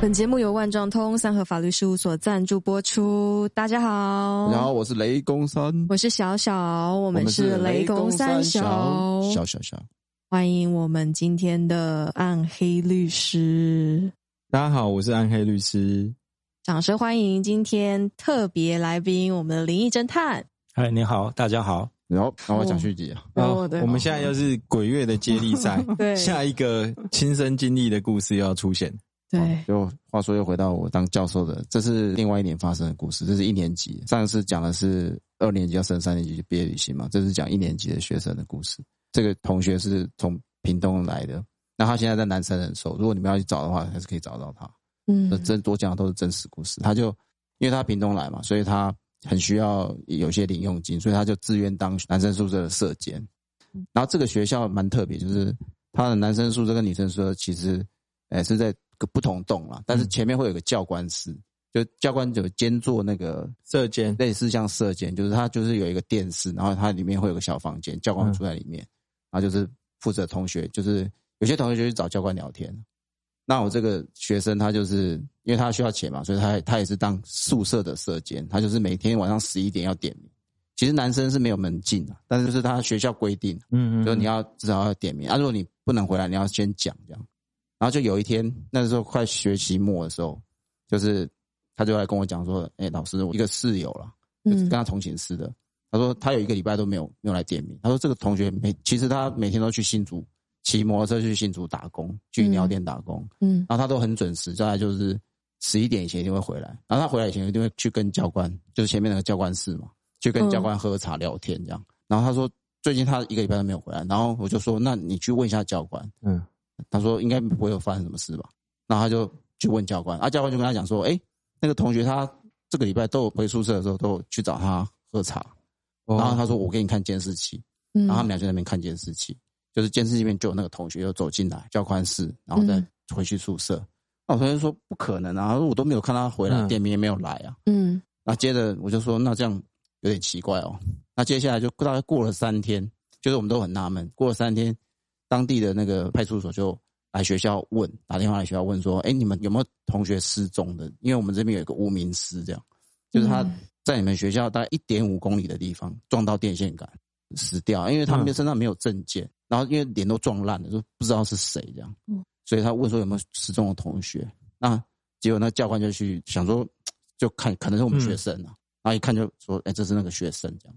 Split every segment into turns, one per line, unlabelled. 本节目由万状通三和法律事务所赞助播出。大家好，
然后我是雷公三，
哦我是小小，我们是雷公三
小
小，
小小小。
欢迎我们今天的暗黑律师，
大家好，我是暗黑律师。
掌声欢迎今天特别来宾，我们的灵异侦探。
嗨，你好，大家好。
然后，然后我讲续集啊，
哦对，
我们现在又是鬼月的接力赛
对
下一个亲身经历的故事又要出现。
对，
就话说又回到我当教授的，这是另外一年发生的故事，这是一年级。上一次讲的是二年级要升三年级毕业旅行嘛，这是讲一年级的学生的故事。这个同学是从屏东来的，那他现在在南山人寿，如果你们要去找的话，还是可以找到他。
嗯
那真多讲的都是真实故事。他就因为他屏东来嘛，所以他很需要有些零用金，所以他就自愿当男生宿舍的社监。然后这个学校蛮特别，就是他的男生宿舍跟女生宿舍其实，哎、是在个不同栋啦，但是前面会有个教官室，就教官有兼做那个
射箭，
类似像射箭，就是它就是有一个电视，然后它里面会有个小房间，教官会住在里面，然后就是负责同学，就是有些同学就去找教官聊天。那我这个学生他就是因为他需要钱嘛，所以他他也是当宿舍的射箭，他就是每天晚上十一点要点名。其实男生是没有门禁的、但是就是他学校规定，啊
嗯
就是你要至少要点名啊。如果你不能回来，你要先讲这样。然后就有一天，那时候快学期末的时候，就是他就来跟我讲说：“哎、老师，我一个室友啦，就是跟
嗯
他同寝室的，他说他有一个礼拜都没有没有来点名。他说这个同学每其实他每天都去新竹骑摩托车去新竹打工，去饮料店打工，
嗯
然后他都很准时，大概就是十一点以前一定会回来。然后他回来以前一定会去跟教官，就是前面那个教官室嘛，去跟教官喝茶聊天这样。然后他说最近他一个礼拜都没有回来，然后我就说那你去问一下教官，
嗯，
他说应该不会有发生什么事吧？然后他就去问教官，啊，教官就跟他讲说，哎，那个同学他这个礼拜都有回宿舍的时候都有去找他喝茶，
哦
然后他说我给你看监视器，
嗯，
然后他们俩就在那边看监视器，就是监视器里面就有那个同学又走进来教官室，然后再
嗯
回去宿舍。那我同学说不可能啊，他说我都没有看他回来，
嗯
点名也没有来啊。
嗯
那接着我就说，那这样有点奇怪哦。那接下来就大概过了三天，就是我们都很纳闷，过了三天，当地的那个派出所就来学校问，打电话来学校问说，哎，你们有没有同学失踪的？因为我们这边有一个无名尸，这样就是他
嗯
在你们学校大概一点五公里的地方撞到电线杆死掉，因为他们
嗯
身上没有证件，然后因为脸都撞烂了，就不知道是谁这样
嗯，
所以他问说有没有失踪的同学，那结果那教官就去想说，就看可能是我们学生啊，然后一看就说，哎、这是那个学生这样。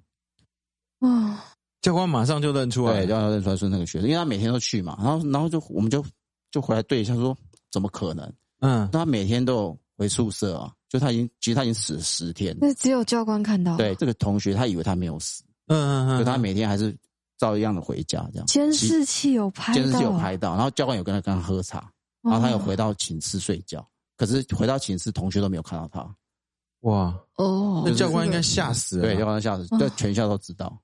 哦，
教官马上就认出来，
对，然后认出来是那个学生，因为他每天都去嘛，然后然后就我们就就回来对一下说，怎么可能？
嗯，
他每天都有回宿舍啊，就他已经其实他已经死了十天了，
那只有教官看到，
对，这个同学他以为他没有死，
嗯嗯
就
嗯，
他每天还是照样的回家这样。
监
其
视器有拍到，
监视器有拍到，然后教官有跟他跟他喝茶，
哦，
然后他有回到寝室睡觉，可是回到寝室同学都没有看到他，
哇，
哦，
那教官应该吓死了，
对，教官吓死，
哦
就全校都知道。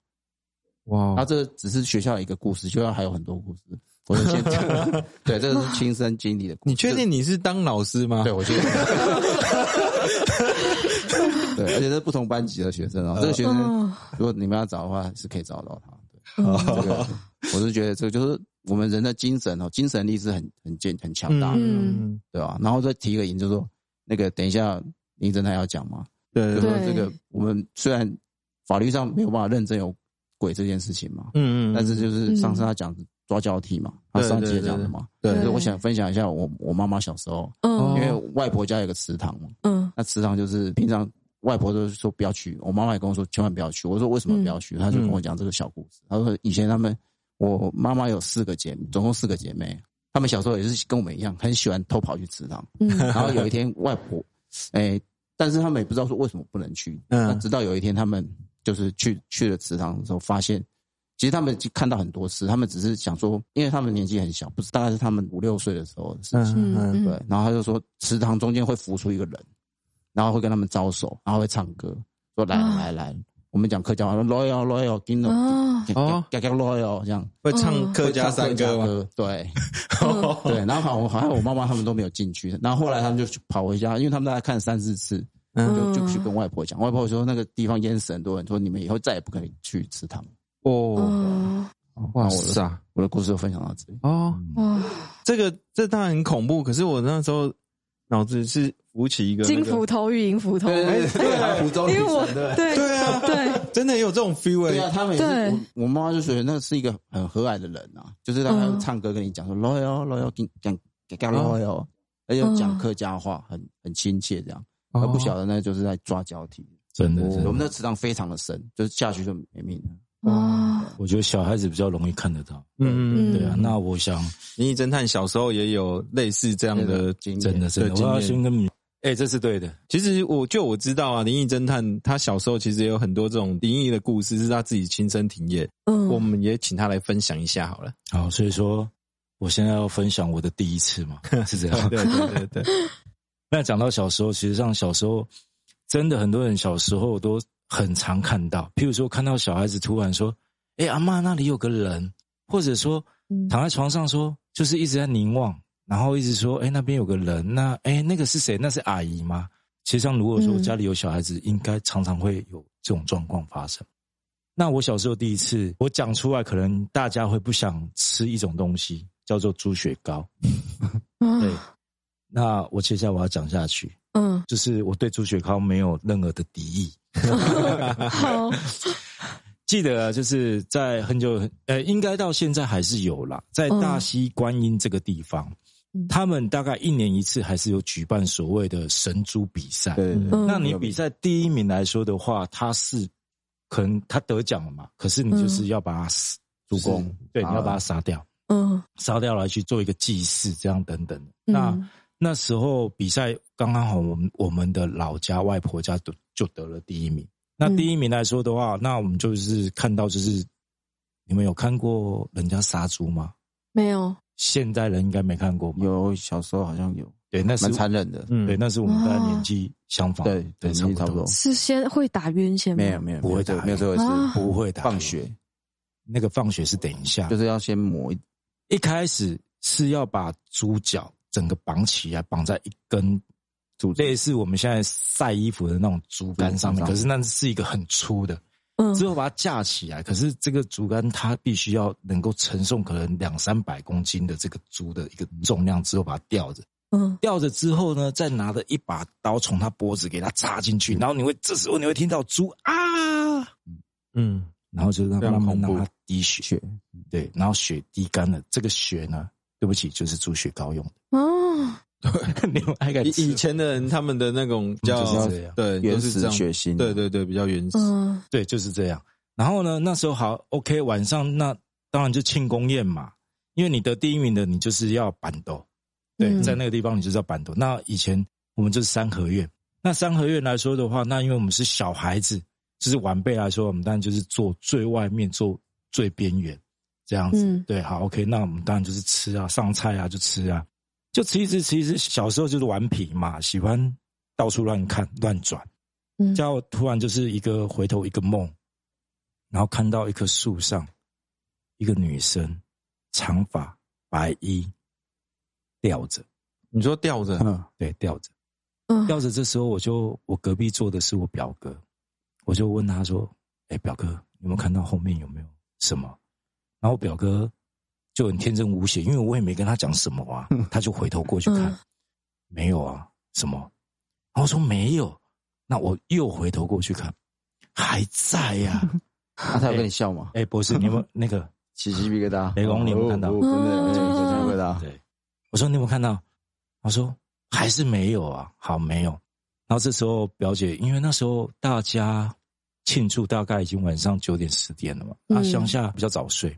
哇，
他这只是学校的一个故事，学校还有很多故 事。我就先讲， 对，这个是亲身经历的故事。
你确定你是当老师吗？
对，我 觉得，对，而且这是不同班级的学生哦。
嗯
这个学生，
哦
如果你们要找的话，是可以找到他。
嗯
哦
对，这个我是觉得这个就是我们人的精神哦，精神力是很很健很强大的，
嗯，
对吧？然后再提一个引，就是说那个等一下林真他要讲嘛，
对
就
对
是
对，
说这个我们虽然法律上没有办法认真有鬼这件事情嘛，
嗯嗯，
但是就是上次他讲抓交替嘛，他
对
上期也
对
讲的嘛，
对哦
所以
对
我想分享一下我我妈妈小时候，因
嗯
为外婆家有个祠堂嘛，
嗯
那祠堂就是平常外婆都说不要去，我妈妈也跟我说千万不要去。我说为什么不要
嗯
去？她就跟我讲这个小故事。她说以前他们，我妈妈有四个姐妹，总共四个姐妹，她们小时候也是跟我们一样，很喜欢偷跑去祠堂。
嗯
然后有一天外婆， 哎、但是他们也不知道说为什么不能去。
嗯
那直到有一天他们就是去去了祠堂的时候，发现其实他们已经看到很多次，他们只是想说，因为他们年纪很小，不知大概是他们五六岁的时候的事情。
嗯嗯
对，然后他就说池塘中间会浮出一个人，然后会跟他们招手，然后会唱歌，说来
哦
啊
来来，我们讲客家话说 loyal loyal，金龙，
哦，
哦
嘎嘎 loyal 这样，
会唱客家
会
山
唱
歌吗？
歌对
嗯
哦
对，然后好，好像我妈妈他们都没有进去，然后后来他们就去跑回家，因为他们大概看三四次，
嗯，
就就
嗯
去跟外婆讲，外婆说那个地方淹死很多人，说你们以后再也不可以去池塘。
嗯
哦，啊
哦
哇
我的嗯
塞，
我的故事就分享到这里，
哦，
哇，
这个这当然很恐怖，可是我那时候脑子是浮起一个那
金
个
斧头与银斧头，
对对对啊
哎
对
福州
因
女
为我
神的，
对
对啊
对，
真的也有这种 feel
对啊，
哎，
他们也
对
是我我妈妈就觉得那是一个很和蔼的人啊，就是他还会
嗯哦
唱歌跟你讲说 loyal loyal 给讲给讲 loyal，而且
嗯
讲客家话很很亲切这样，而不晓得那就是在抓交替。
真的，
哦
真
我
的
们那池塘非常的深，就是下去就没命了。
哇，
我觉得小孩子比较容易看得到。
嗯
对啊，那我想
灵异侦探小时候也有类似这样的
经验
真的真
对
的，
经
我
验
要先跟你，哎，这是对的，
其实我就我知道啊，灵异侦探他小时候其实也有很多这种灵异的故事，是他自己亲身体验。
嗯，
我们也请他来分享一下好了。
好，所以说我现在要分享我的第一次嘛，是这 样。
对对对对，
那讲到小时候，其实上小时候真的很多人小时候都很常看到，譬如说看到小孩子突然说：“哎、阿嬷那里有个人”，或者说
嗯
躺在床上说，就是一直在凝望，然后一直说：“哎、那边有个人。那”哎，那个是谁？那是阿姨吗？其实上，如果说
嗯
家里有小孩子，应该常常会有这种状况发生。那我小时候第一次，我讲出来，可能大家会不想吃一种东西，叫做猪血糕。
啊
对，那我接下来我要讲下去。
嗯，
就是我对朱雪康没有任何的敌意。
好，
记得啊就是在很久，呃，应该到现在还是有啦，在大溪观音这个地方，
嗯
他们大概一年一次还是有举办所谓的神猪比赛。
对对
嗯
对，
那你比赛第一名来说的话，他是可能他得奖了嘛，可是你就是要把他死猪公，
是
对，你要
啊
把他杀掉，
嗯
杀掉来去做一个祭祀，这样等等的。那
嗯
那时候比赛刚刚好，我们我们的老家外婆家就就得了第一名。那第一名来说的话，那我们就是看到就是，你们有看过人家杀猪吗？
没有，
现代人应该没看过吧？
有小时候好像有，
对，那是
蛮残忍的。
嗯
对，那是我们大概年纪相仿，
对对，年纪差不多。
是先会打冤先吗
没有没有，
不会
没有这
打
没有这回事。
啊
不会打
放学
那个放学是等一下，就
就是是要先磨一，
一开始是要把猪脚整个绑起来，绑在一根
组织
类似我们现在晒衣服的那种竹竿上面，
竹竿上
可是那是一个很粗的，
嗯
之后把它架起来，可是这个竹竿它必须要能够承受可能两三百公斤的这个猪的一个重量，之后把它吊着，
嗯
吊着之后呢，再拿着一把刀从它脖子给它插进去，然后你会这时候你会听到猪啊，
嗯，
然后就让
非常
慢慢让
恐怖
它滴血，
血，
对，然后血滴干了，这个血呢，对不起，就是猪血膏用
啊，
的，你们还敢
以
吃
以前的人他们的那种比较
就是这样
对
原
就是这
始
样
血腥，
对对对，比较原始。
嗯
对，就是这样。然后呢，那时候好，OK，晚上那当然就庆功宴嘛，因为你得第一名的，你就是要板斗，对，
嗯
在那个地方你就是要板斗。那以前我们就是三合院，那三合院来说的话，那因为我们是小孩子，就是晚辈来说，我们当然就是坐最外面，坐最边缘这样子。
嗯
对，好，OK，那我们当然就是吃啊，上菜啊，就吃啊，就吃一吃，吃一吃。小时候就是顽皮嘛，喜欢到处乱看乱转。
嗯
叫我突然就是一个回头一个梦，然后看到一棵树上一个女生，长发白衣，吊着，
你说吊着，
嗯，
对，吊着，
嗯
吊着。这时候我就我隔壁坐的是我表哥，我就问他说：“哎，表哥，你有没有看到后面有没有什么？”然后我表哥就很天真无邪，因为我也没跟他讲什么啊，他就回头过去看
嗯，
没有啊，什么？然后我说没有，那我又回头过去看，还在呀、
那啊他有跟你笑吗？
哎、博士，你有没有那个？
起鸡皮疙瘩，
雷公你有没有看到
哦真的，真的
嗯
鸡皮疙瘩，
对，我说你有没有看到？他说还是没有啊，好没有。然后这时候表姐，因为那时候大家庆祝大概已经晚上九点十点了嘛，
嗯
啊，乡下比较早睡。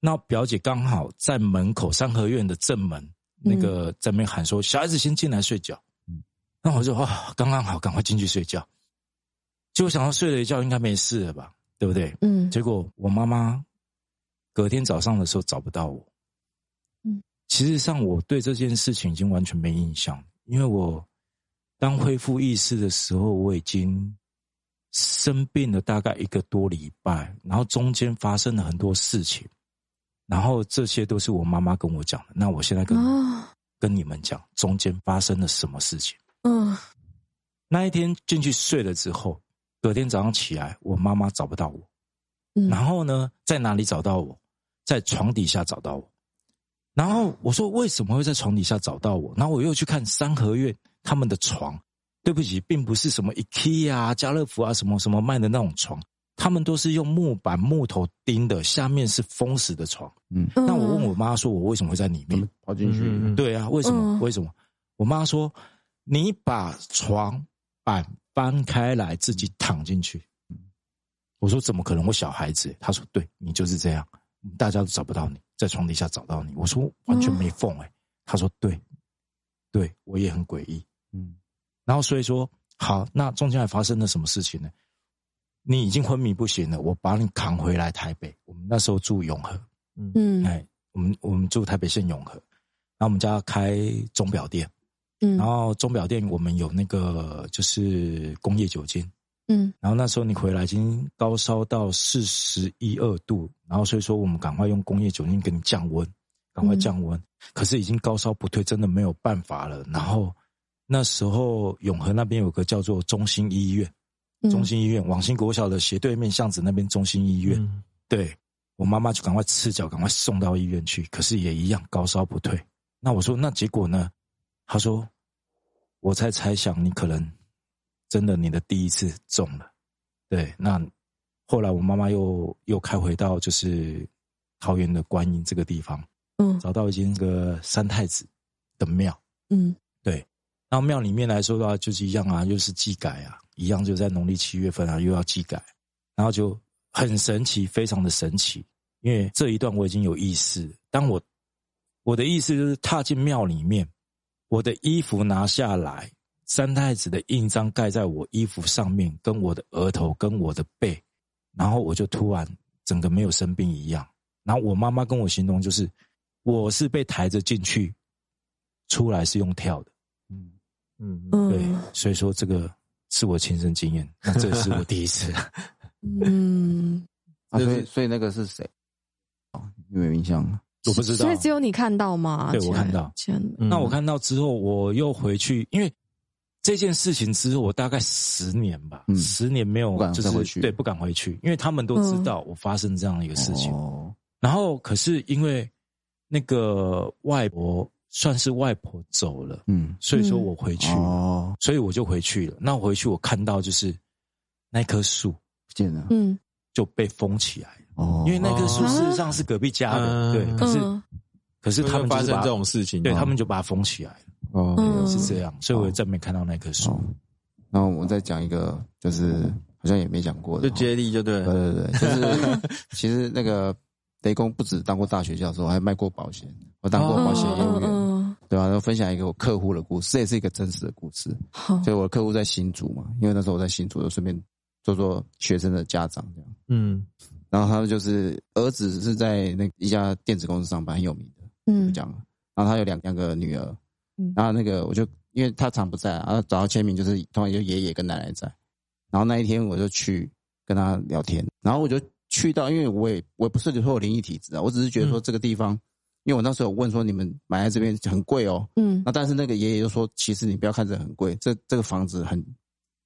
那表姐刚好在门口三合院的正门那个在那边喊说：“小孩子先进来睡觉。”那我就啊，刚刚好，赶快进去睡觉。结果想到睡了一觉应该没事了吧，对不对？
嗯
结果我妈妈隔天早上的时候找不到我。
嗯，
其实上我对这件事情已经完全没印象，因为我当恢复意识的时候，我已经生病了大概一个多礼拜，然后中间发生了很多事情，然后这些都是我妈妈跟我讲的。那我现在跟、
啊
跟你们讲，中间发生了什么事情？
嗯
那一天进去睡了之后，隔天早上起来，我妈妈找不到我。
嗯，
然后呢，在哪里找到我？在床底下找到我。然后我说为什么会在床底下找到我？然后我又去看三合院他们的床，对不起，并不是什么 IKEA 啊、家乐福啊什么什么卖的那种床，他们都是用木板、木头钉的，下面是封死的床。
嗯，
那我问我妈说，我为什么会在里
怎
面
么？跑进去？
嗯嗯嗯
对啊，为什么？
嗯
为什么？我妈说，你把床板搬开来，自己躺进去。我说怎么可能？我小孩子。她说对，你就是这样，大家都找不到你，在床底下找到你。我说完全没缝哎、欸。她说对，对我也很诡异。
嗯，
然后所以说，好，那中间还发生了什么事情呢？你已经昏迷不醒了，我把你扛回来台北。我们那时候住永和，
嗯
哎，我们我们住台北县永和，然后我们家开钟表店，
嗯
然后钟表店我们有那个就是工业酒精，
嗯
然后那时候你回来已经高烧到四十一二度，然后所以说我们赶快用工业酒精给你降温，赶
嗯
快降温，可是已经高烧不退，真的没有办法了。然后那时候永和那边有个叫做中心医院，
嗯
中心医院往新国小的斜对面巷子那边中心医院，
嗯
对我妈妈就赶快赤脚赶快送到医院去，可是也一样高烧不退。那我说那结果呢？她说我在猜想你可能真的你的第一次中了。对，那后来我妈妈又又开回到就是桃园的观音这个地方，
嗯
找到一间这个三太子的庙。
嗯
那庙里面来说的话，就是一样啊，又是祭改啊，一样就在农历七月份啊，又要祭改，然后就很神奇，非常的神奇。因为这一段我已经有意识，当我我的意思就是踏进庙里面，我的衣服拿下来，三太子的印章盖在我衣服上面，跟我的额头，跟我的背，然后我就突然整个没有生病一样。然后我妈妈跟我形容就是，我是被抬着进去，出来是用跳的。
嗯嗯，
对
嗯，
所以说这个是我亲身经验，那这是我第一 次。
嗯，
啊，
就
所
是
以所以那个是谁？哦，你有没有印象？
我不知道
所以，只有你看到吗？
对我看到
前，前
嗯
那我看到之后，我又回去，因为这件事情之后，我大概十年吧，
嗯
十年没有
不敢
就
再回
是
去嗯
对不敢回去，因为他们都知道我发生这样的一个事情。
哦，
然后，可是因为那个外婆算是外婆走了，
嗯，
所以说
嗯
我回去了，
哦，
所以我就回去了。那我回去我看到就是那棵树
不见了，
嗯
就被封起来了。
哦，
因为那棵树
哦
事实上是隔壁家的，
啊
对，可是、
嗯
可是他们就
发
是
生
把
这种，事情，
对
哦
他们就把它封起来了，
哦
嗯
是这样，所以我也再没看到那棵树
哦。然后我再讲一个，就是好像也没讲过的
就
哦，
接力就对
对
了，
对对，就是其实那个雷公不止当过大学教授，还卖过保险，我当过
哦
保险业务
嗯
员，
嗯
对吧、然后分享一个我客户的故事，这也是一个真实的故事。
好，
就我的客户在新竹嘛，因为那时候我在新竹，就顺便做做学生的家长这样。
嗯
然后他们就是儿子是在那一家电子公司上班，很有名的，
嗯
就这样。然后他有两两个女儿
嗯，
然后那个我就因为他常不在啊，然后找他签名就是通常就爷爷跟奶奶在。然后那一天我就去跟他聊天，然后我就去到，因为我也我也不是说有灵异体质啊，我只是觉得说
嗯
这个地方，因为我那时候有问说你们买在这边很贵哦，
嗯
那但是那个爷爷就说，其实你不要看这很贵，这这个房子很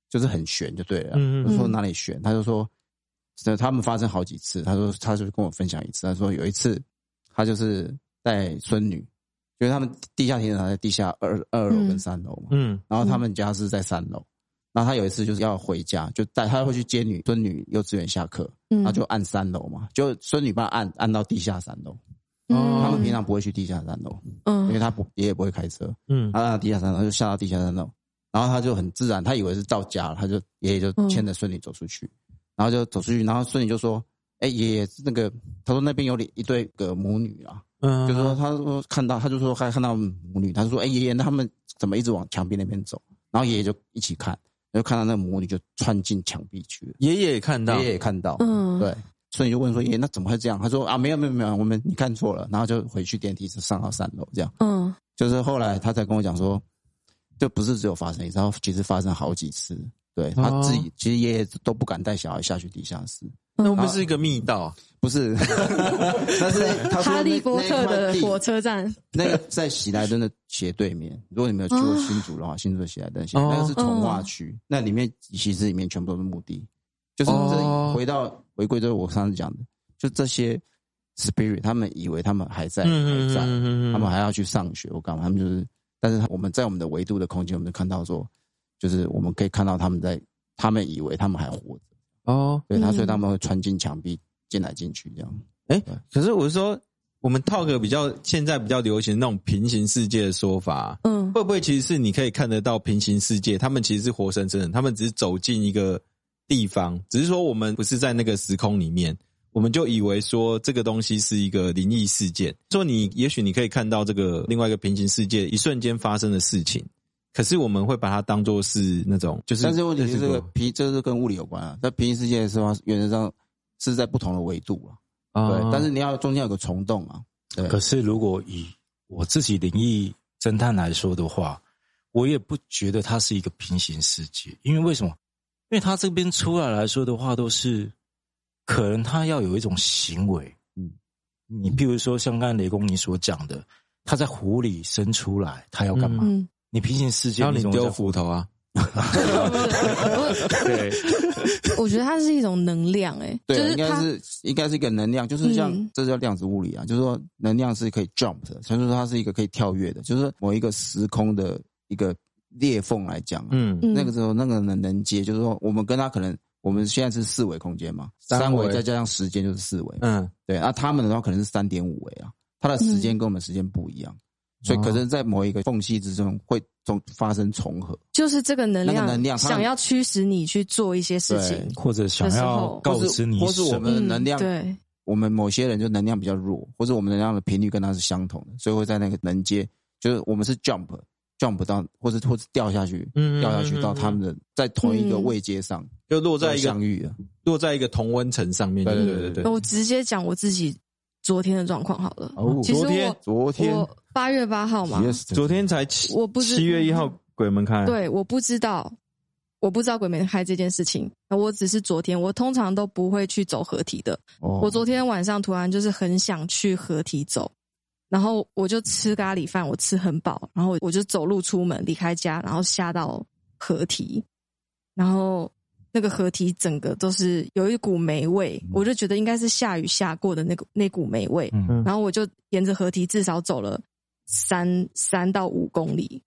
就是很悬就对了。啊
嗯嗯
我说哪里悬？他就说，这他们发生好几次。他说他就跟我分享一次，他说有一次他就是带孙女，因为他们地下停车场在地下二二楼跟三楼嘛，
嗯
然后他们家是在三楼。然后他有一次就是要回家，就带他会去接女孙女幼稚园下课，
嗯，
他就按三楼嘛，就孙女帮他按按到地下三楼。
嗯
哦他们平常不会去地下三楼，因为
嗯
他不爷爷不会开车。
嗯
他到地下三楼，他就下到地下三楼，然后他就很自然，他以为是到家了，他就爷爷就牵着孙女走出去，然后就走出去，然后孙女就说：“哎、爷爷，那个他说那边有一对个母女啊，
嗯，
就是说他说看到，他就说他看到母女，他就说：哎、爷爷，那他们怎么一直往墙壁那边走？然后爷爷就一起看，然后看到那个母女就窜进墙壁去了，
爷爷也看到，
爷爷也看到，
嗯
对。”孙女就问说：“爷爷，那怎么会这样？”他说：“啊，没有没有没有，我们你看错了。”然后就回去电梯上到三楼这样。
嗯
就是后来他才跟我讲说，就不是只有发生一次，他其实发生好几次。对他
哦
自己，其实爷爷都不敢带小孩下去地下室，
那不是一个密道，
不是， 但是他说
哈
那
利波特的火，车站，
那一块地那个在喜来登的斜对面。如果你没有去过
哦嗯
新竹的话，新竹的喜来登斜，
哦
那个是从化区，那里面其实里面全部都是墓地，就是
哦
这回到回归就是我上次讲的，就这些 spirit，他们以为他们还在，
嗯
还在，
嗯嗯
他
嗯
们还要去上学，我干嘛？他们就是但是我们在我们的维度的空间，我们就看到说，就是我们可以看到他们在，他们以为他们还活着，
哦，
对他，
嗯
所以他们会穿进墙壁进来进去这样。
可是我是说，我们 talk 比较现在比较流行那种平行世界的说法，
嗯，
会不会其实是你可以看得到平行世界，他们其实是活生生的，他们只是走进一个地方，只是说我们不是在那个时空里面，我们就以为说这个东西是一个灵异事件，说你也许你可以看到这个另外一个平行世界一瞬间发生的事情，可是我们会把它当做是那种就是，
但是问题是，这
这
个平这是跟物理有关啊，在平行世界是吧？原则上是在不同的维度啊，
呃
对。但是你要中间有个虫洞啊，对。
可是如果以我自己灵异侦探来说的话，我也不觉得它是一个平行世界，因为为什么？因为它这边出来来说的话，都是可能他要有一种行为，
嗯
嗯，你譬如说像刚才雷公你所讲的，他在湖里伸出来，他要干嘛？
嗯，
你平行世界
然后
你
你
怎么
丢
在
斧头啊，
对，
嗯 我觉得它是一种能量，哎，就
对，啊应该
它，
是应该是一个能量，就是像、
嗯
这叫量子物理啊，就是说能量是可以 jump 的，所以说它是一个可以跳跃的，就是说某一个时空的一个裂缝来讲、啊，
嗯
嗯
那个时候那个能能接，就是说我们跟他可能我们现在是四维空间嘛，
三维
三维再加上时间就是四维，
嗯，
对，那他们的话可能是三点五维啊，他的时间跟我们时间不一样，所以可是，在某一个缝隙之中会重发生重合，
就是这个能
那
量，
个能量它
想要驱使你去做一些事情
对，
或者想
的时
要
候
告
或是
知你
或是我
什么
们的能量
嗯对，
我们某些人就能量比较弱，或者我们能量的频率跟他是相同的，所以会在那个能接，就是我们是 jump jump 到，或是或是掉下去，
嗯
掉下去到他们的在同一个位阶上，
就落在一个
相遇的。
落在一个同温层上面，
对
对
对对
我直接讲我自己昨天的状况好了。
哦
其实
昨天
我
昨天
我八月八号嘛，
，yes，
昨天才七，
我不知
七月一号鬼门开，，啊
对，我不知道，我不知道鬼门开这件事情。我只是昨天，我通常都不会去走合体的。
哦
我昨天晚上突然就是很想去合体走，然后我就吃咖喱饭，我吃很饱，然后我就走路出门离开家，然后下到合体，然后那个合体整个都是有一股霉味，我就觉得应该是下雨下过的那股那股霉味，
嗯
然后我就沿着河堤至少走了三三到五公里，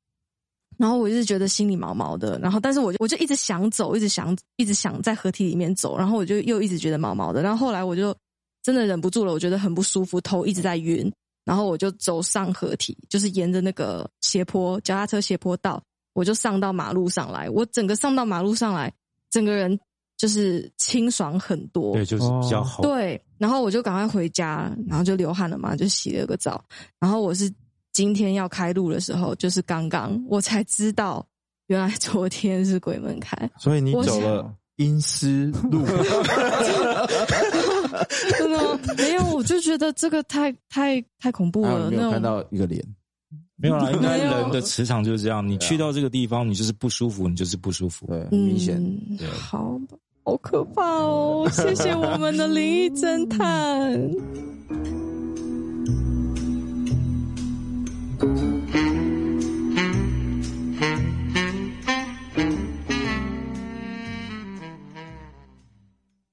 然后我就是觉得心里毛毛的，然后但是我就我就一直想走，一直想一直想在河堤里面走，然后我就又一直觉得毛毛的，然后后来我就真的忍不住了，我觉得很不舒服，头一直在晕，然后我就走上河堤，就是沿着那个斜坡脚踏车斜坡道，我就上到马路上来，我整个上到马路上来，整个人就是清爽很多，
对，就是比较
哦
好。
对，然后我就赶快回家，然后就流汗了嘛，就洗了个澡。然后我是今天要开录的时候，就是刚刚我才知道，原来昨天是鬼门 开。
所以你
我
走了阴湿路，
真的吗没有，我就觉得这个太太太恐怖
还
了
啊有。没
那
有看
种
到一个脸？
没有啦，应该
没有
人的磁场就是这样。你去到这个地方，你就是不舒服，你就是不舒服。
对，很明显。
嗯
对，
好吧，好可怕哦！谢谢我们的灵异侦探。